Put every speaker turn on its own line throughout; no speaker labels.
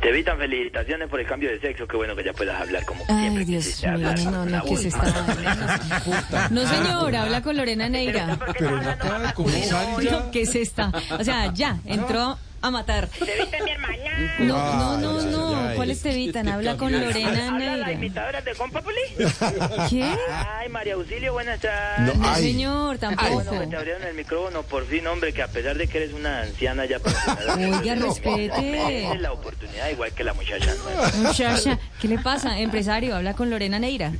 Te evitan felicitaciones por el cambio de sexo. Qué bueno que ya puedas hablar como siempre
Ay, Dios
quisiste
mío,
hablar.
no, no, que se
Una
está...
Puta.
No, señor, habla con Lorena Neira.
Pero no acaba de comenzar y ya.
No, que se está... O sea, ya, entró a matar.
¿Te viste mi hermana?
No, no, no,
Ay, ay,
no,
ay. este
¿cuáles te evitan? Habla con Lorena
¿Habla la
Neira.
imitadora de Compa Puli?
¿Qué?
Ay, María Auxilio, buenas
No,
tardes.
No,
ay.
señor, tampoco.
Bueno, que te abrieron el micrófono, por fin, hombre, que a pesar de que eres una anciana ya profesional...
Oiga,
no,
respete.
mereces la oportunidad igual que la muchacha. ¿no?
Muchacha, ¿qué le pasa? Empresario, habla con Lorena Neira.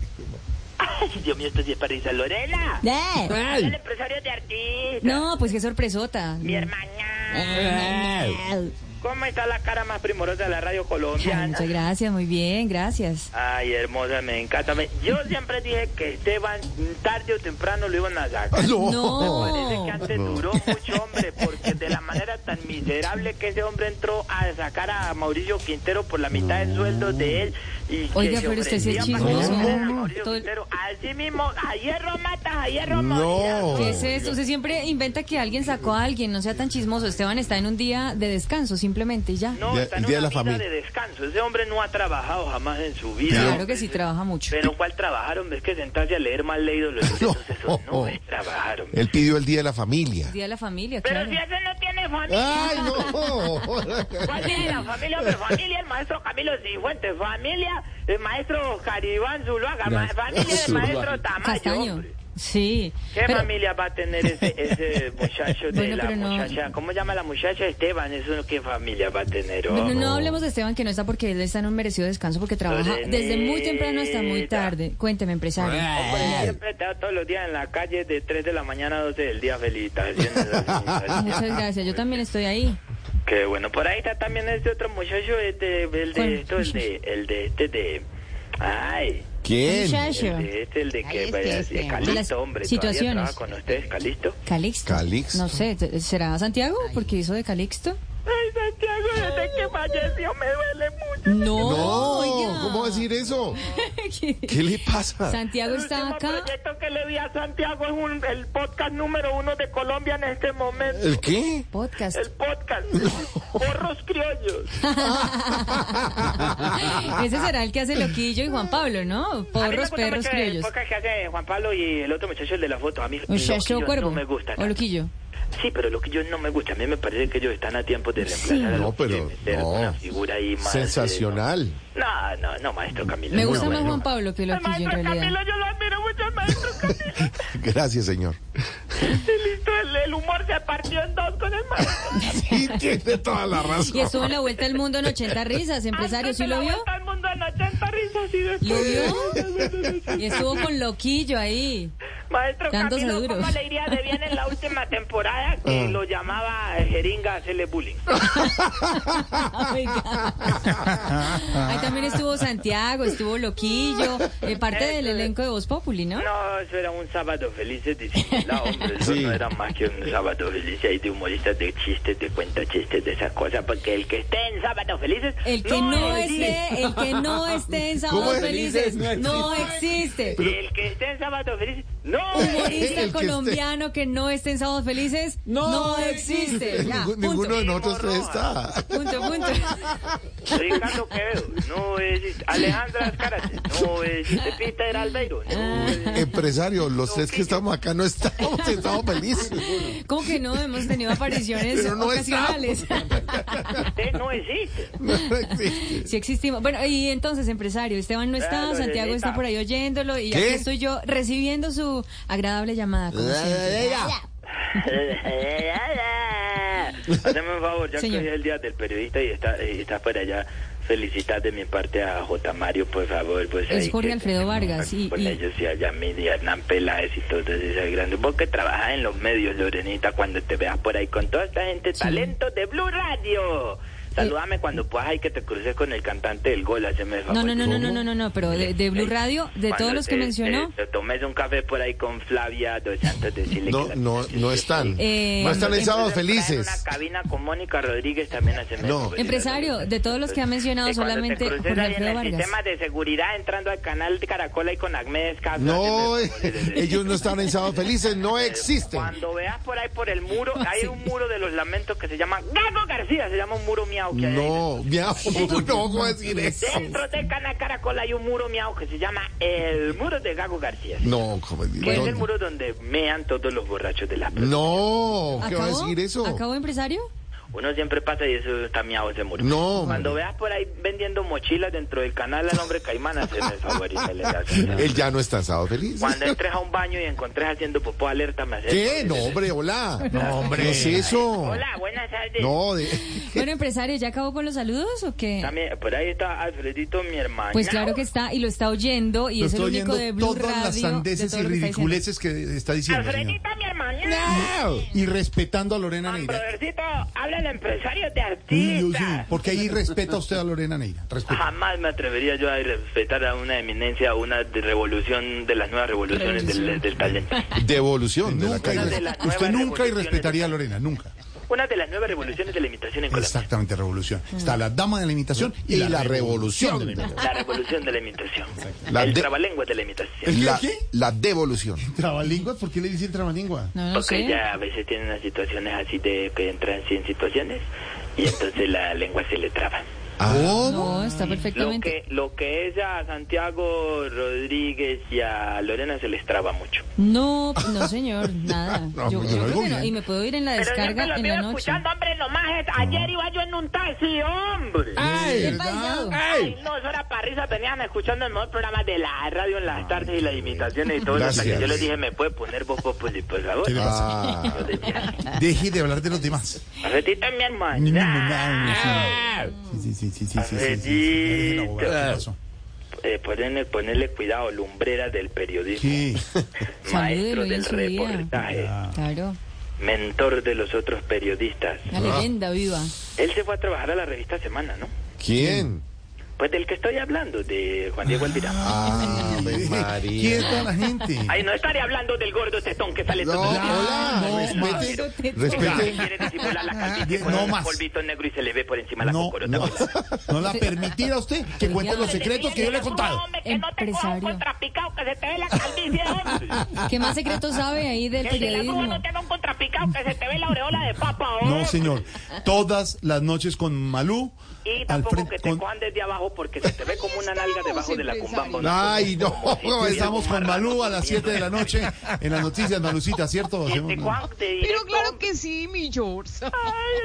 Ay, Dios mío, esto sí es para irse a Lorela.
Eh.
Son los empresarios de artistas.
No, pues qué sorpresota.
Mi hermana.
Ay,
¿Cómo está la cara más primorosa de la radio colombiana?
Muchas gracias, muy bien, gracias.
Ay, hermosa, me encanta. Me- Yo siempre dije que Esteban tarde o temprano lo iban a
Ah,
sacar. Parece que
No.
antes duró mucho, hombre, porque de la manera tan miserable que ese hombre entró a sacar a Mauricio Quintero por la mitad del sueldo de él. Y que
Oiga,
se
pero usted sí es
ofrecían para que
chismoso.
sacaran a Mauricio
Todo-
Quintero. Así mismo, a hierro matas, a hierro
No.
¿Qué es eso? Usted siempre inventa que alguien sacó a alguien, no sea tan chismoso. Esteban está en un día de descanso, simplemente, y ya.
No,
Día-
está en
el Día
una
de la
vida
Familia.
de descanso. Ese hombre no ha trabajado jamás en su vida.
Claro que sí, trabaja mucho.
Pero ¿cuál trabajaron? Es que sentarse a leer mal leído los libros, eso no eh, es trabajar, hombre.
Él pidió el día de la familia.
Día de la familia,
Pero
claro.
si eso no tiene familia.
¡Ay, no!
¿Cuál es
Ah.
la familia? Hombre, familia, el maestro Camilo Cifuentes, familia, el maestro Caribán Zuluaga, ma- familia, el maestro Tamayo.
Castaño.
hombre.
Sí.
¿Qué
pero-
familia va a tener ese, ese muchacho de
Bueno,
la
pero no-
muchacha? ¿Cómo llama la muchacha Esteban? ¿Eso qué familia va a tener?
Bueno,
hombre?
no hablemos de Esteban, que no está porque él está en un merecido descanso, porque trabaja
Lorenita.
desde muy temprano hasta muy tarde. Cuénteme, empresario.
Hombre,
Eh,
Siempre está todos los días en la calle de 3 de la mañana a 12 del día. Felicitaciones.
Muchas gracias, yo también estoy ahí.
Que bueno, por ahí está también este otro muchacho, este, el
¿Cuál
de esto, el de, el de este de... Ay,
¿Quién?
Muchacho.
el de este, el de que...
Ay, este, este.
de
Las
Calixto, hombre,
situaciones.
todavía trabaja con ustedes, Calixto.
Calixto.
Calixto.
No sé, t- ¿será Santiago? Porque hizo de Calixto.
Ay, Santiago, desde que falleció me duele mucho.
No,
No,
oiga.
¿cómo va a decir eso? ¿Qué le pasa?
Santiago está
El
acá.
último proyecto que le di a Santiago es un- el podcast número uno de Colombia en este momento.
¿El qué?
Podcast.
El podcast. Porros criollos.
Ese será el que hace Loquillo y Juan Pablo, ¿no?
A mí me
Porros,
gusta
perros,
mucho El
criollos.
podcast que hace Juan Pablo y el otro muchacho, el de la foto. A mí
Muchacho
Loquillo
cuervo.
no me gusta.
O
tanto.
Loquillo.
Sí, pero lo que yo no me gusta, a mí me parece que ellos están a tiempo de reemplazar a
No,
los
pero
de meter
no.
una figura ahí más... eh,
Sensacional.
no, no, no, maestro Camilo.
Me
no,
gusta
no,
más
no.
Juan Pablo que
El
Loquillo, en
maestro Camilo,
realidad.
yo lo admiro mucho, el maestro
eh,
Camilo.
Gracias, señor.
Y listo, el, el humor se partió en dos con el maestro.
Sí, tiene toda la razón.
Y estuvo en la vuelta al mundo en 80 risas, empresario,
Antes
¿sí
de la
lo vio?
vuelta al mundo en 80 risas y después-
¿Lo vio? Y estuvo con Loquillo ahí.
Maestro
Dándose
Camilo,
duro.
¿cómo le iría de bien en la última temporada que lo llamaba eh, jeringa a hacerle bullying?
¿Ah? Oiga. Ahí también estuvo Santiago, estuvo Loquillo, eh, parte del elenco de Voz Populi, ¿no?
No, eso era un sábado feliz de disimulado, hombre. Eso
Sí.
no era más que un sábado feliz ahí de humoristas, de chistes, de cuenta chistes, de esas cosas. Porque el que esté en sábado felices.
El que no
existe.
esté, el que no esté en
¿Cómo
Sábados
es?
Felices no existe.
El que esté en sábado felices. No
Humorista
El que esté- eh,
colombiano que no esté en Sábados Felices no, existe. Ya,
Ningún-
punto.
ninguno de nosotros tres está.
Punto, punto.
Ricardo Quevedo. No existe. Alejandra Azcárate. No existe. Peter Albeiro. No
Ah.
existe.
Empresario, los tres que estamos acá no estamos, estamos felices.
¿Cómo que no? Hemos tenido apariciones
Pero no
ocasionales.
Usted no existe.
No existe.
Sí existimos. Bueno, y entonces, empresario, Esteban no está,
Claro,
Santiago
Lelita.
está por ahí oyéndolo y
¿Qué?
aquí estoy yo recibiendo su agradable llamada. como siempre.
Eh, Hazme un favor, ya
Señor.
que hoy es el día del periodista y está, y está por allá, felicitar de mi parte a J. Mario, por favor. Pues,
Es
ahí
Jorge
que
Alfredo
tenemos
Vargas,
aquí
y-
Con
y-
ellos y a Yamil y a Hernán Peláez y todos esos grandes. Vos que trabajás en los medios, Lorenita, cuando te veas por ahí con toda esta gente, talento de Blue Radio. Saludame cuando puedas y que te cruces con el cantante del gol, haceme el favor.
Eh,
Eh,
No, no, no, no, no, no, no, no, pero de, de Blue Radio, de
Cuando
todos los que
te- eh,
mencionó,
te- te tomes un café por ahí con Flavia Dos Santos, decirle que
No,
la-
no, no están.
Eh,
no están en
entonces,
sábados
en
felices.
una cabina con Mónica Rodríguez también hace
No.
Empresario, de todos los que ha mencionado, solamente
Jorge
Jorge
en
Alfredo
el
Vargas.
sistema de seguridad entrando al canal de Caracola y con Agnes Casas.
No,
Haceme
eh,
el favor, eh,
ellos no están en sábados felices, no existen.
Ah,
Cuando veas por ahí por el muro, hay un muro de los lamentos que se llama Gago García, se llama un muro mío miau que hay ahí
No, miau, no voy a decir eso.
Dentro de Cana Caracol hay un muro miau que se llama el muro de Gago García.
No, ¿cómo
Que es el muro donde mean todos los borrachos de la plaza.
No, ¿qué va a decir eso?
¿Acabó empresario?
Uno siempre pasa y eso está miau ese muro.
No.
Cuando veas por ahí vendiendo mochilas dentro del canal al hombre Caimán, hazme el favor y me le das una.
Él ya no está sábado feliz.
Cuando entres a un baño y encontres haciendo popó alerta, me haces-
¿Qué? No, hombre, hola. No, hombre. ¿Qué es eso?
Hola, buenas tardes.
No, de...
Bueno, empresario, ¿ya acabó con los saludos o qué?
También, por ahí está Alfredito, mi hermano.
Pues claro que está y lo está oyendo y
Lo
es el
estoy
único
oyendo
de Blue
todas las
Radio, de
sandeces
todo
y
lo que está diciendo.
ridiculeces que está diciendo. señor.
Alfredita, mi hermana.
Y respetando a Lorena
Ah,
Neira.
Brothercito, habla el empresario de
Sí, sí, sí,
artistas.
porque ahí respeta usted a Lorena Neira. Respeta.
Jamás me atrevería yo a respetar a una eminencia, a una de revolución de las nuevas revoluciones del, del talento.
devolución de la
Nunca
calle.
de las nuevas
usted nunca
revoluciones.
irrespetaría a Lorena, nunca.
Una de las nuevas revoluciones de la imitación en Colombia.
Exactamente, revolución. Está la dama de la imitación y,
Y la revolución.
de la imitación.
La revolución de la imitación.
La
el
de-
trabalengua de la imitación.
La,
¿Qué?
la devolución.
¿Trabalenguas? ¿Por qué le dicen trabalengua?
No, no
Porque
sé.
ella a veces tiene unas situaciones así de que entran así en situaciones y entonces la lengua se le traba.
Ah,
No, está
Lo
perfectamente.
que, lo que es a Santiago Rodríguez y a Lorena se les traba mucho.
No, no señor, nada.
No,
yo
pues
yo
lo
creo
oigo
que no.
bien.
Y me puedo ir en la
Pero yo te
descarga
lo
en
vivo
la noche.
escuchando, hombre, nomás. es- Ayer iba yo en un taxi, hombre.
Ah,
¡Ay,
¿Qué
verdad!
pasó?
¡Ay!
Ay,
No, eso era parrisa, venían escuchando el mejor programa de la radio en las tardes y las imitaciones y todo eso. Hasta que
Ah, Gracias.
yo les dije, ¿me puede poner vos, vos, pues, y por favor?
¿Qué le pasa?
Ah,
Yo decía,
Deje de hablar de los demás.
Alfredito, mi
Ni- ni-
hermano.
ni- Ah. nada, Sí, sí, sí, sí, sí, sí, sí, sí, sí, sí, sí,
Alfredito.
¿Qué pasó?
Eh, ponerle, ponerle cuidado, lumbrera del periodismo,
Sí.
maestro
Salúdelo en
del
su día.
reportaje,
Claro,
mentor de los otros periodistas.
Ah.
la leyenda viva.
Él se fue a trabajar a la revista Semana, ¿no?
¿Quién?
Pues del que estoy hablando, de Juan Diego Elvira.
Ah, Ave María.
Quieta la gente.
Ay, no estaré hablando del gordo tetón que sale
No,
todo el día.
hola,
no,
respete,
Que
pero-
respete.
quiere disimular la calvicie
No
con un
más.
polvito negro y se le ve por encima la
No,
cocorota.
no, no la permitirá usted que cuente los
hombre,
secretos que yo le he contado.
Hombre, que no te coja un
Empresario.
contrapicado, que se te ve la calvicie, hombre.
¿Qué más secreto sabe ahí del
Que si la grúa
periodismo?
no te da un contrapicado, que se te ve la aureola de papa, hombre.
No, señor. Todas las noches con Malú.
Y tampoco
Alfred-
que te
con-
cojan desde abajo porque se te ve como una nalga debajo de la cumbamba.
Ay, no.
Oh,
No, estamos con Malú a las 7 de la noche en las noticias, Malucita, ¿cierto?
Que
Hacemos-
te cojan de
Pero
directo.
claro que sí, mi George.
Ay,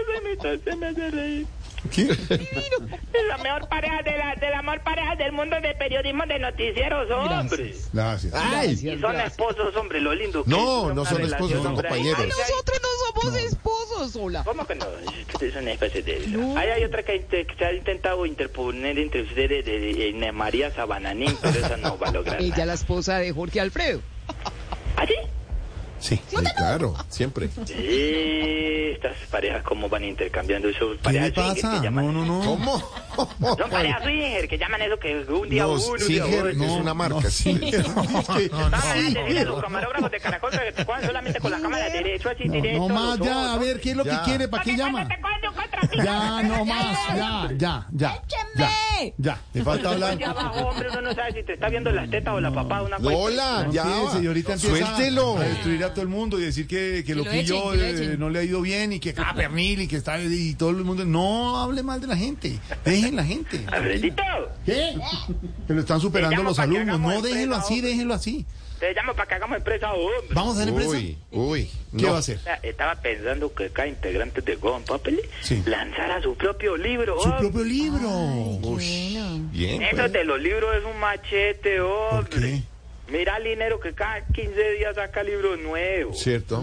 esa imitación me hace reír.
¿Qué?
Es la mejor pareja de la, de la mejor pareja del mundo de periodismo de noticieros, hombre.
Gracias.
Ay,
Y son esposos, hombre, lo lindo. que
No,
es
no
una
son
relación,
esposos, son
hombre, ahí.
compañeros.
Ay, nosotros no somos esposos, hola.
¿Cómo que no? Ustedes son especies de... Ahí hay otra que, inte- que se ha intentado interponer entre ustedes de, de- de Inés María Sabananín, pero esa no va a lograr
Ella,
nada.
la esposa de Jorge Alfredo.
¿Ah, sí?
Sí.
sí, claro, siempre.
Sí, Estas parejas cómo van intercambiando sus
¿Qué
parejas
le
swinger que
pasa?
llaman.
No, no, no.
¿Cómo?
Son parejas swinger que llaman eso que un día
No,
uno, un día
Singer
otro.
es una marca, sí.
No,
Van a tener a los camarógrafos de Caracol que te juegan solamente con la cámara derecho, así directo.
no
a los
más, ya,
ojos,
a ver, ¿qué es lo que
Ya.
quiere? ¿Para qué llama?
Te cojan de un contrapicado.
Ya, no más, ya, ya, ya. Ya,
¡Écheme!
ya. Le falta
¿no? De
hablar.
abajo, hombre, uno no sabe si te está viendo las tetas o la papá de una
No,
cuenta.
Hola,
No,
ya.
sí, el señorita empieza
Suéltelo.
a destruir a todo el mundo y decir que, que
lo
Loquillo
echen, que lo
eh,
echen.
no le ha ido bien y que ah, pernil y que está y todo el mundo. No hable mal de la gente. Dejen la gente.
Alfredito,
¿Qué? Que lo están superando
Te llamo
los
para que
alumnos.
hagamos
No,
el
déjenlo
pleno.
así, déjenlo así.
te llamo para que hagamos empresa, hombre.
¿Vamos a hacer empresa?
Uy, uy.
¿Qué
no.
va a hacer?
Esta- Estaba pensando que cada integrante de Go and Populi
Sí.
lanzara su propio libro.
Su
hombre.
propio libro.
Uy,
Bueno,
Bien.
Eso
pues.
de los libros es un machete, hombre. Mira el dinero que cada 15 días saca libros nuevos.
¿Cierto?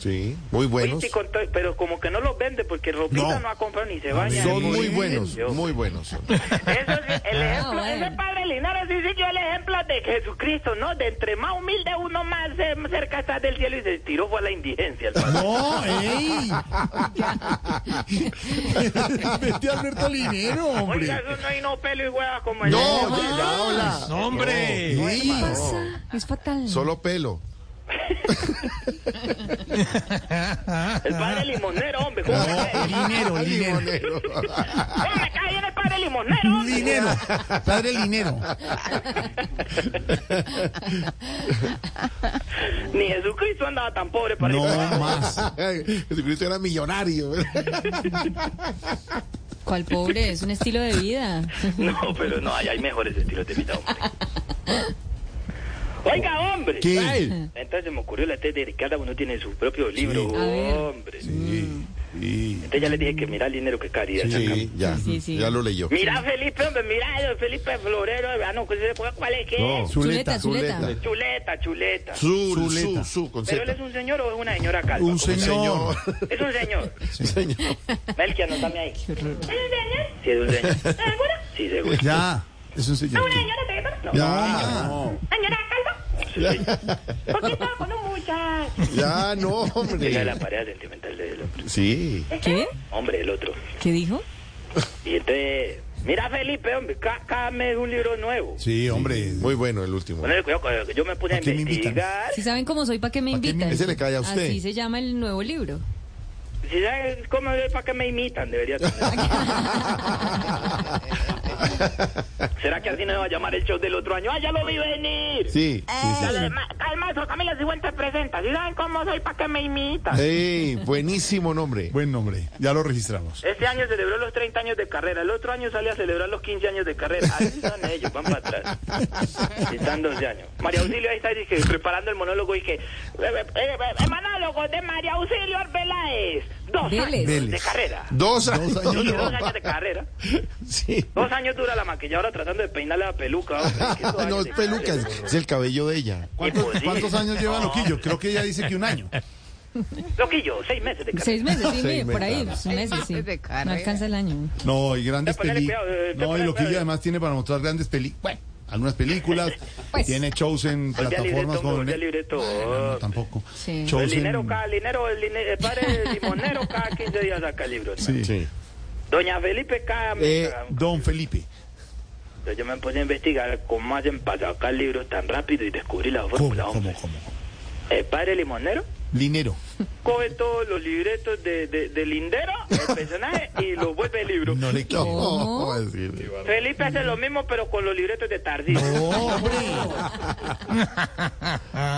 Sí, muy
Oye,
buenos.
sí, con todo- pero como que no los vende porque ropita
No.
no, ha comprado ni se baña.
Son
Ni-
muy
ni-
buenos,
Dios.
muy buenos. son.
Eso sí, el ejemplo,
bueno.
Ese padre Linares sí siguió el ejemplo de Jesucristo, ¿no? De entre más humilde uno más eh, cerca está del cielo y se tiró fue a la indigencia. el padre.
No, ey. Vete a Alberto Linero,
Oiga,
hombre.
eso no hay no pelo y hueva como el-
No, ya, ya, hola.
hombre.
¿Qué pasa? Es fatal.
Solo pelo.
El padre limonero, hombre. ¿cómo se
No,
cree?
Linero, Linero.
Limonero.
¿Cómo me cae bien el padre limonero? hombre?
Linero. Padre Linero.
Ni Jesucristo andaba tan pobre para
No más.
Jesucristo era millonario.
¿Cuál pobre? Es un estilo de vida.
No, pero no, hay, hay mejores estilos de vida, hombre. Oiga, hombre.
¿Qué?
Entonces me ocurrió la tesis de cada uno tiene su propio libro,
A ver.
hombre.
Sí, sí,
Entonces ya le dije que mira el dinero que caridad. saca.
sí, ya,
Sí, sí.
ya lo leyó.
Mira Felipe, hombre, mira Felipe Florero, ah, no, ¿cuál es que es?
Zuleta, Zuleta.
Zuleta.
Chuleta, chuleta.
Su,
Zuleta.
su, su, con
¿Pero él
Z.
es un señor o es una señora calva?
Un señor.
Es un señor.
Señor.
Melqui, anótame ahí. ¿Es un señor? Sí, es un señor. ¿Seguro? Sí, seguro.
Ya, es un señor.
No,
Ya,
no.
señora calva. Sí, sí. Porque estaba con un muchacho.
Ya, no,
Esa es la
hombre.
pareja sentimental del hombre.
Sí.
¿Qué?
Hombre, el otro.
¿Qué dijo?
Y entonces, mira Felipe, hombre, ca- cada mes un libro nuevo.
Sí, hombre.
Muy bueno el último.
Ponele cuidado, cuando yo me puse a
¿A quién me invitan?
investigar.
Si saben cómo soy, ¿para qué me
¿Pa' qué
invitan?
me-
ese le cae a usted?
Así se llama el nuevo libro.
Si sabes cómo es para que me imitan, debería tener. ¿Será que así no va a llamar el show del otro año? ¡Ah, ya lo vi venir!
Sí, sí, sí. sí.
Calma, Camila Cifuentes presenta. ¿Sí saben cómo soy para que me imitan?
Ey, buenísimo nombre.
Buen nombre. Ya lo registramos.
Este año celebró los 30 años de carrera, el otro año sale a celebrar los 15 años de carrera. Así son ellos, van para atrás. Y Están 12 años. María Auxilio ahí está dije, preparando el monólogo y que... eh, eh, eh, eh,
Monólogo de María Auxilio Arbeláez.
Dos años
Vélez.
de carrera.
Dos años.
Oye, dos
no.
años de carrera.
Sí.
Dos años dura la maquilladora tratando de peinarle la peluca. hombre. Es que dos
No
años
es
de
peluca,
carrera.
es el cabello de ella.
¿Cuántos,
Imposible.
cuántos años lleva
No.
Loquillo? Creo que ella dice que un año.
Loquillo, seis meses de carrera.
Seis meses, sí,
Seis
mire, por
meses.
ahí, pues, meses, sí.
meses de
No
carrera.
alcanza el año.
No, y grandes
Te ponele
películas.
cuidado, eh, te
No, y
ponele
Loquillo
cuidado.
además tiene para mostrar grandes películas. Bueno, algunas películas.
Pues.
tiene shows en
Volví al
plataformas
libreto,
como.
volví al libreto.
No, tampoco.
Sí.
Shows
Pues El dinero
en-
cada, el dinero, el, dine- el padre del limonero cada 15 días saca libros. ¿no?
Sí.
Sí.
Doña Felipe cada mes.
Eh,
saca-
Don Felipe.
Entonces yo me puse a investigar cómo hacen para sacar libros tan rápido y descubrí la
¿Cómo,
fórmula.
cómo,
hombre.
cómo?
El padre limonero
Linero.
coge todos los libretos de, de, de Lindero, el personaje, y los vuelve libro.
No le creo.
No, sí.
Felipe hace lo mismo, pero con los libretos de Tarcísio.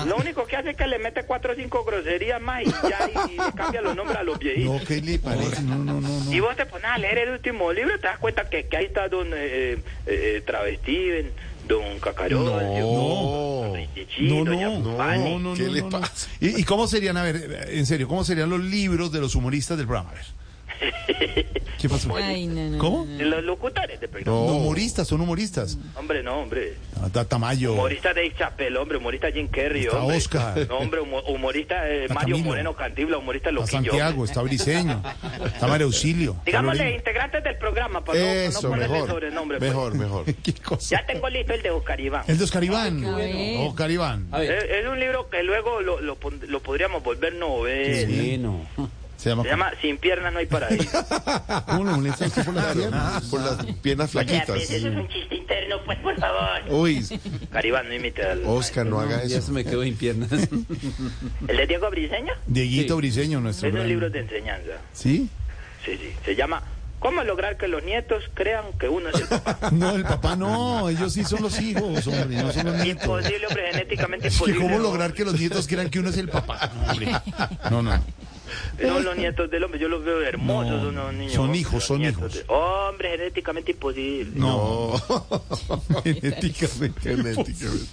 Lo único que hace es que le mete cuatro o cinco groserías más y ya y, y le cambia los nombres a los viejitos.
No, ¿qué le parece? No, no, no. no.
Y vos te pones a leer el último libro y te das cuenta que, que ahí está don eh, eh, eh, Travestiven, don Cacarón,
No.
don Richichín,
No, no,
doña
no,
Fanny.
no, no,
¿Qué
no,
le
no.
pasa?
¿Y, y cómo serían, a ver, en serio, cómo serían los libros de los humoristas del programa? A ver. ¿Qué pasó?
Ay, no, no.
¿Cómo?
Los locutores de
No,
perdón.
humoristas, son humoristas.
Hombre, no, hombre.
Tata Tamayo.
Humorista Dave Chappelle, hombre, humorista Jim Carrey,
Está
hombre.
Oscar.
No, hombre, humo- humorista eh,
Está
Mario
Camilo.
Moreno Cantibla, humorista
Está
Loquillo.
Santiago, está Briseño, está Mario Auxilio. está
Digámosle
Lorena.
integrantes del programa, para no- para no,
Eso,
ponerle
mejor.
sobrenombre. pues.
Mejor, mejor.
¿Qué cosa?
Ya tengo listo el de Oscar Iván.
El de Oscar Iván.
Ay, qué bueno.
Oscar Iván.
Es, es un libro que luego lo, lo pon- lo podríamos volver novela.
Bueno.
Se llama.
Se llama Sin piernas no hay paraíso.
¿Cómo lo molestas tú por las piernas?
Ah, Por las piernas flaquitas.
Eso es un chiste interno, pues por favor.
Uy,
Caribán, no imite al...
Oscar, no haga
Ya se
eso.
me quedó en piernas.
¿El de Diego Briseño?
Dieguito Briseño, nuestro.
Es un
gran-
libro de enseñanza.
¿Sí?
Sí, sí. Se llama ¿Cómo lograr que los nietos crean que uno es el papá?
No, el papá no, ellos sí son los hijos, hombre, no son los nietos.
Imposible, hombre, genéticamente
¿Y
imposible.
cómo
¿no?
lograr que los nietos crean que uno es el papá? No, hombre. No, no.
No, los nietos del hombre, yo los veo hermosos,
No,
son unos niños.
son
hombre,
hijos,
los
son
nietos
hijos.
de- Hombre, genéticamente imposible.
No.
Genéticamente. Genéticamente.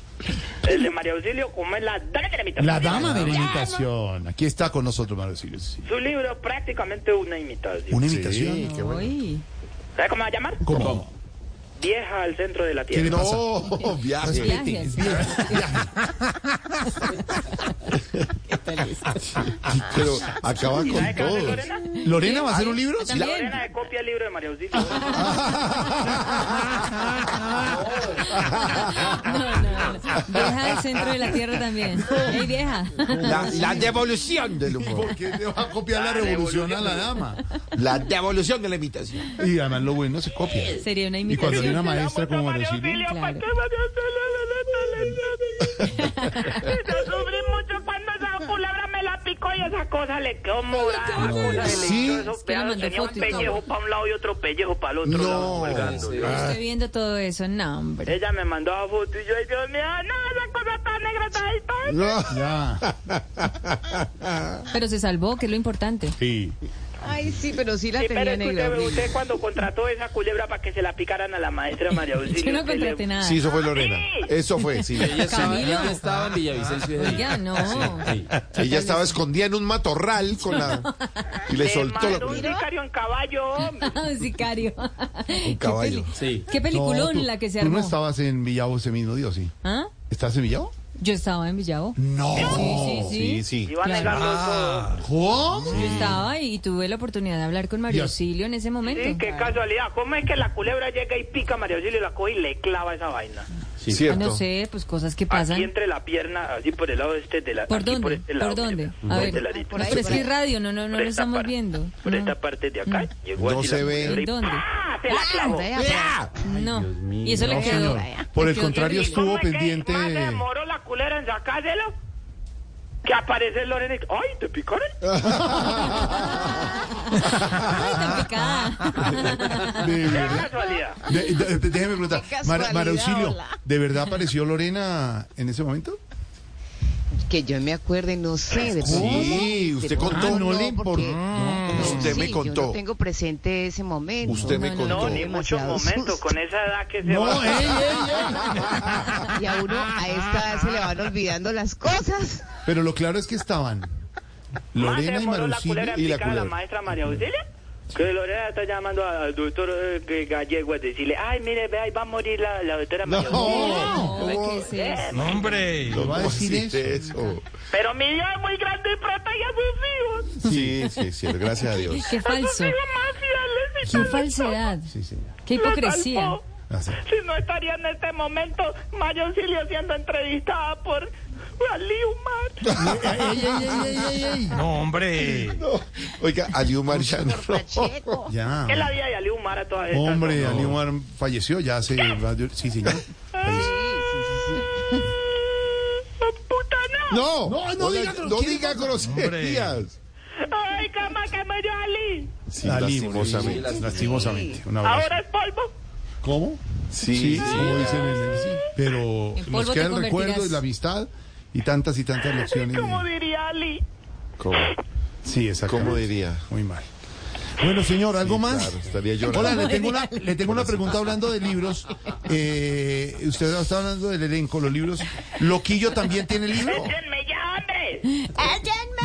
El de María Auxilio, ¿cómo es la dama de la imitación?
La dama de la imitación. Aquí está con nosotros, Mario Silvio. sí.
Su libro prácticamente una imitación.
Una imitación.
qué bueno.
Ay,
¿Sabes cómo va a llamar?
¿Cómo?
Vieja al centro de la
¿Qué le
tierra.
pasa?
No, viaje.
viajes.
Pero acaba
¿Y
con
sabes qué va a hacer
todo.
Lorena?
¿Lorena va a hacer un libro?
Sí, la-
Lorena de copia el libro de María Auxilio.
No, no, no. Vieja del centro de la tierra también. Ey, vieja.
La, devolución del
¿Por qué le va a copiar la revolución a la dama?
La devolución de la imitación.
Y además lo bueno se copia.
Sería una
Y cuando hay
imitación.
una maestra como Mario
María
Silvio.
Auxilio, ¿para
Claro.
qué María Auxilio le mete la- Yo sufrí mucho cuando esa culebra me la picó y esa cosa le quedó morada. cosa de
Sí.
Yo esos
Es que la
pedazos
mandó
tenía un
foto y todo.
pellejo para un lado y otro pellejo para el otro
No.
lado colgando.
Estoy viendo todo eso, no, hombre.
Ella me mandó la foto y yo, ay, Dios mío, no, esa cosa tan negra está ahí, está ahí.
No.
Ya.
Pero se salvó, que es lo importante.
Sí.
Ay, sí, pero sí la
Sí, pero
tenía
es que
negra.
usted,
horrible.
usted cuando contrató esa culebra para que se la picaran a la maestra María Auxilio...
Yo no
usted le-
contraté nada.
Sí, eso fue Lorena. Eso fue, sí.
Ella estaba,
Camilo.
ella estaba en Villavicencio. ese día.
Oiga, no.
Sí.
Ella estaba escondida en un matorral con la y le
Le
soltó la
mandó un sicario en caballo, hombre.
Sicario. Qué
caballo.
peli-
Sí.
Qué peliculón
No, tú-
la que se
¿Tú
armó.
no estabas en Villavo ese mismo día, ¿o sí?
¿Ah?
¿Estás en Villavo?
Yo estaba en Villavo.
No.
Sí, sí, sí.
Iba
Claro.
negando
Ah.
todo.
¿Cómo?
Yo estaba y tuve la oportunidad de hablar con Mario
Ya.
Auxilio en ese momento.
Sí, qué casualidad. ¿Cómo es que la culebra llega y pica a María Auxilio, la coge y le clava esa vaina?
Sí.
Ah,
Cierto.
no sé, pues cosas que
Aquí
pasan.
entre la pierna, así por el lado este de la...
¿Por
aquí
dónde?
este lado,
¿Por dónde?
mira,
A
por
ver,
este ladito.
por ahí, Pero es que es radio, no, no, no
Por esta
lo estamos
parte,
viendo.
Por
No. Mm.
esta parte de acá. Llegó
No
así la
se ve.
culebra y
¿Dónde? Ah,
¡pah! Se la clavó.
¡Vea!
No.
Dios mío.
Y eso le
No,
quedó.
señor.
le
Por el
quedó
contrario,
terrible.
estuvo
¿Cómo es que
pendiente-
más se demoró la culera en sacárselo? Que aparece Lorena y... ¡Ay, te picaron!
Ay, tan picada.
De
¡Qué
verdad.
casualidad!
De- de- de- déjeme preguntar,
Qué
Mara,
casualidad,
Mara Auxilio,
hola.
¿de verdad apareció Lorena en ese momento?
Que yo me acuerde, no sé. De
Sí,
pronto-
usted
de pronto
contó. Ah,
No le
porque-
importó.
Usted me
sí, Yo
contó.
no tengo presente ese momento.
Usted me
No,
No,
contó.
ni muchos
Demasiado
momentos
susto.
con esa edad que se
No, eh,
va.
ey, ey,
Y a uno a esta edad se le van olvidando las cosas.
ey. Pero lo claro es que estaban
Más Ah, se
Lorena y
demoró
Mara
la culera
Auxilio
en
y
picar
la
a la
culebra.
maestra María Auxilia. Que Lorena está llamando al doctor eh, que Gallego a decirle, ay, mire, ve, ahí va a morir la, la doctora
No,
María Auxilia.
No,
Oh.
¿qué es eso?
No, hombre.
¿Lo va a
¿Cómo
decir
así eso?
Pero mi Dios es muy grande y plata y a sus hijos.
Sí, sí, sí, gracias a Dios.
Qué
A sus
falso.
hijos más fieles y
Qué
tal.
falsedad.
Sí, señor.
Qué
Los
hipocresía.
salvó.
Gracias.
Si no estaría en este momento María Auxilia siendo entrevistada por Ali Umar.
Ey, ey, ey, ey, ey, ey.
No, hombre.
No, Oiga, Aliu Marchano.
Pacheco.
Ya.
¿Qué la vida de Ali Umar a todas estas?
Hombre,
no?
Ali Omar falleció ya hace. varios- Sí, señor.
¡Ah, ¡Puta no!
No,
No, no diga
no
groserías.
diga groserías.
¡Ay, cama que me dio Ali!
Sí,
Ali,
lastimosamente.
sí, lastimosamente. Un abrazo.
Ahora es polvo.
¿Cómo?
Sí, sí.
como dicen en el- sí. Pero
En polvo
nos
te
queda el recuerdo
convertirás.
y la amistad y tantas y tantas lecciones.
Como diría Ali.
¿Cómo,
Sí, exactamente.
cómo diría?
Muy mal. Bueno, señor, ¿algo
Sí,
más?
claro, estaría llorando.
Hola, le tengo, una, le tengo una pregunta hablando de libros. Eh, usted está hablando del elenco, los libros. ¿Loquillo también tiene libro?
¡Échenme ya, hombre!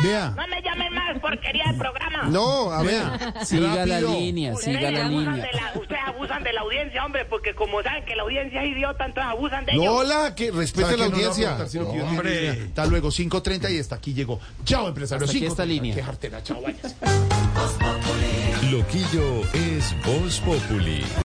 Vea,
No me llamen más porquería de programa.
No, a ver.
vea.
Siga la
rápido.
línea,
Ustedes
siga la
abusan
línea.
de la- ustedes abusan de la audiencia, hombre, porque como saben que la audiencia es idiota, entonces abusan de
No,
ellos.
hola, que respete
¿Sabe
la
qué? No le voy a
audiencia.
contar, sino que yo
Hombre.
tengo idea. Hasta luego, 5.30 y hasta aquí llegó. Chao, empresario.
Hasta aquí
5:30.
esta línea.
Qué jartera, chao, váyase.
Loquillo es Voz Populi.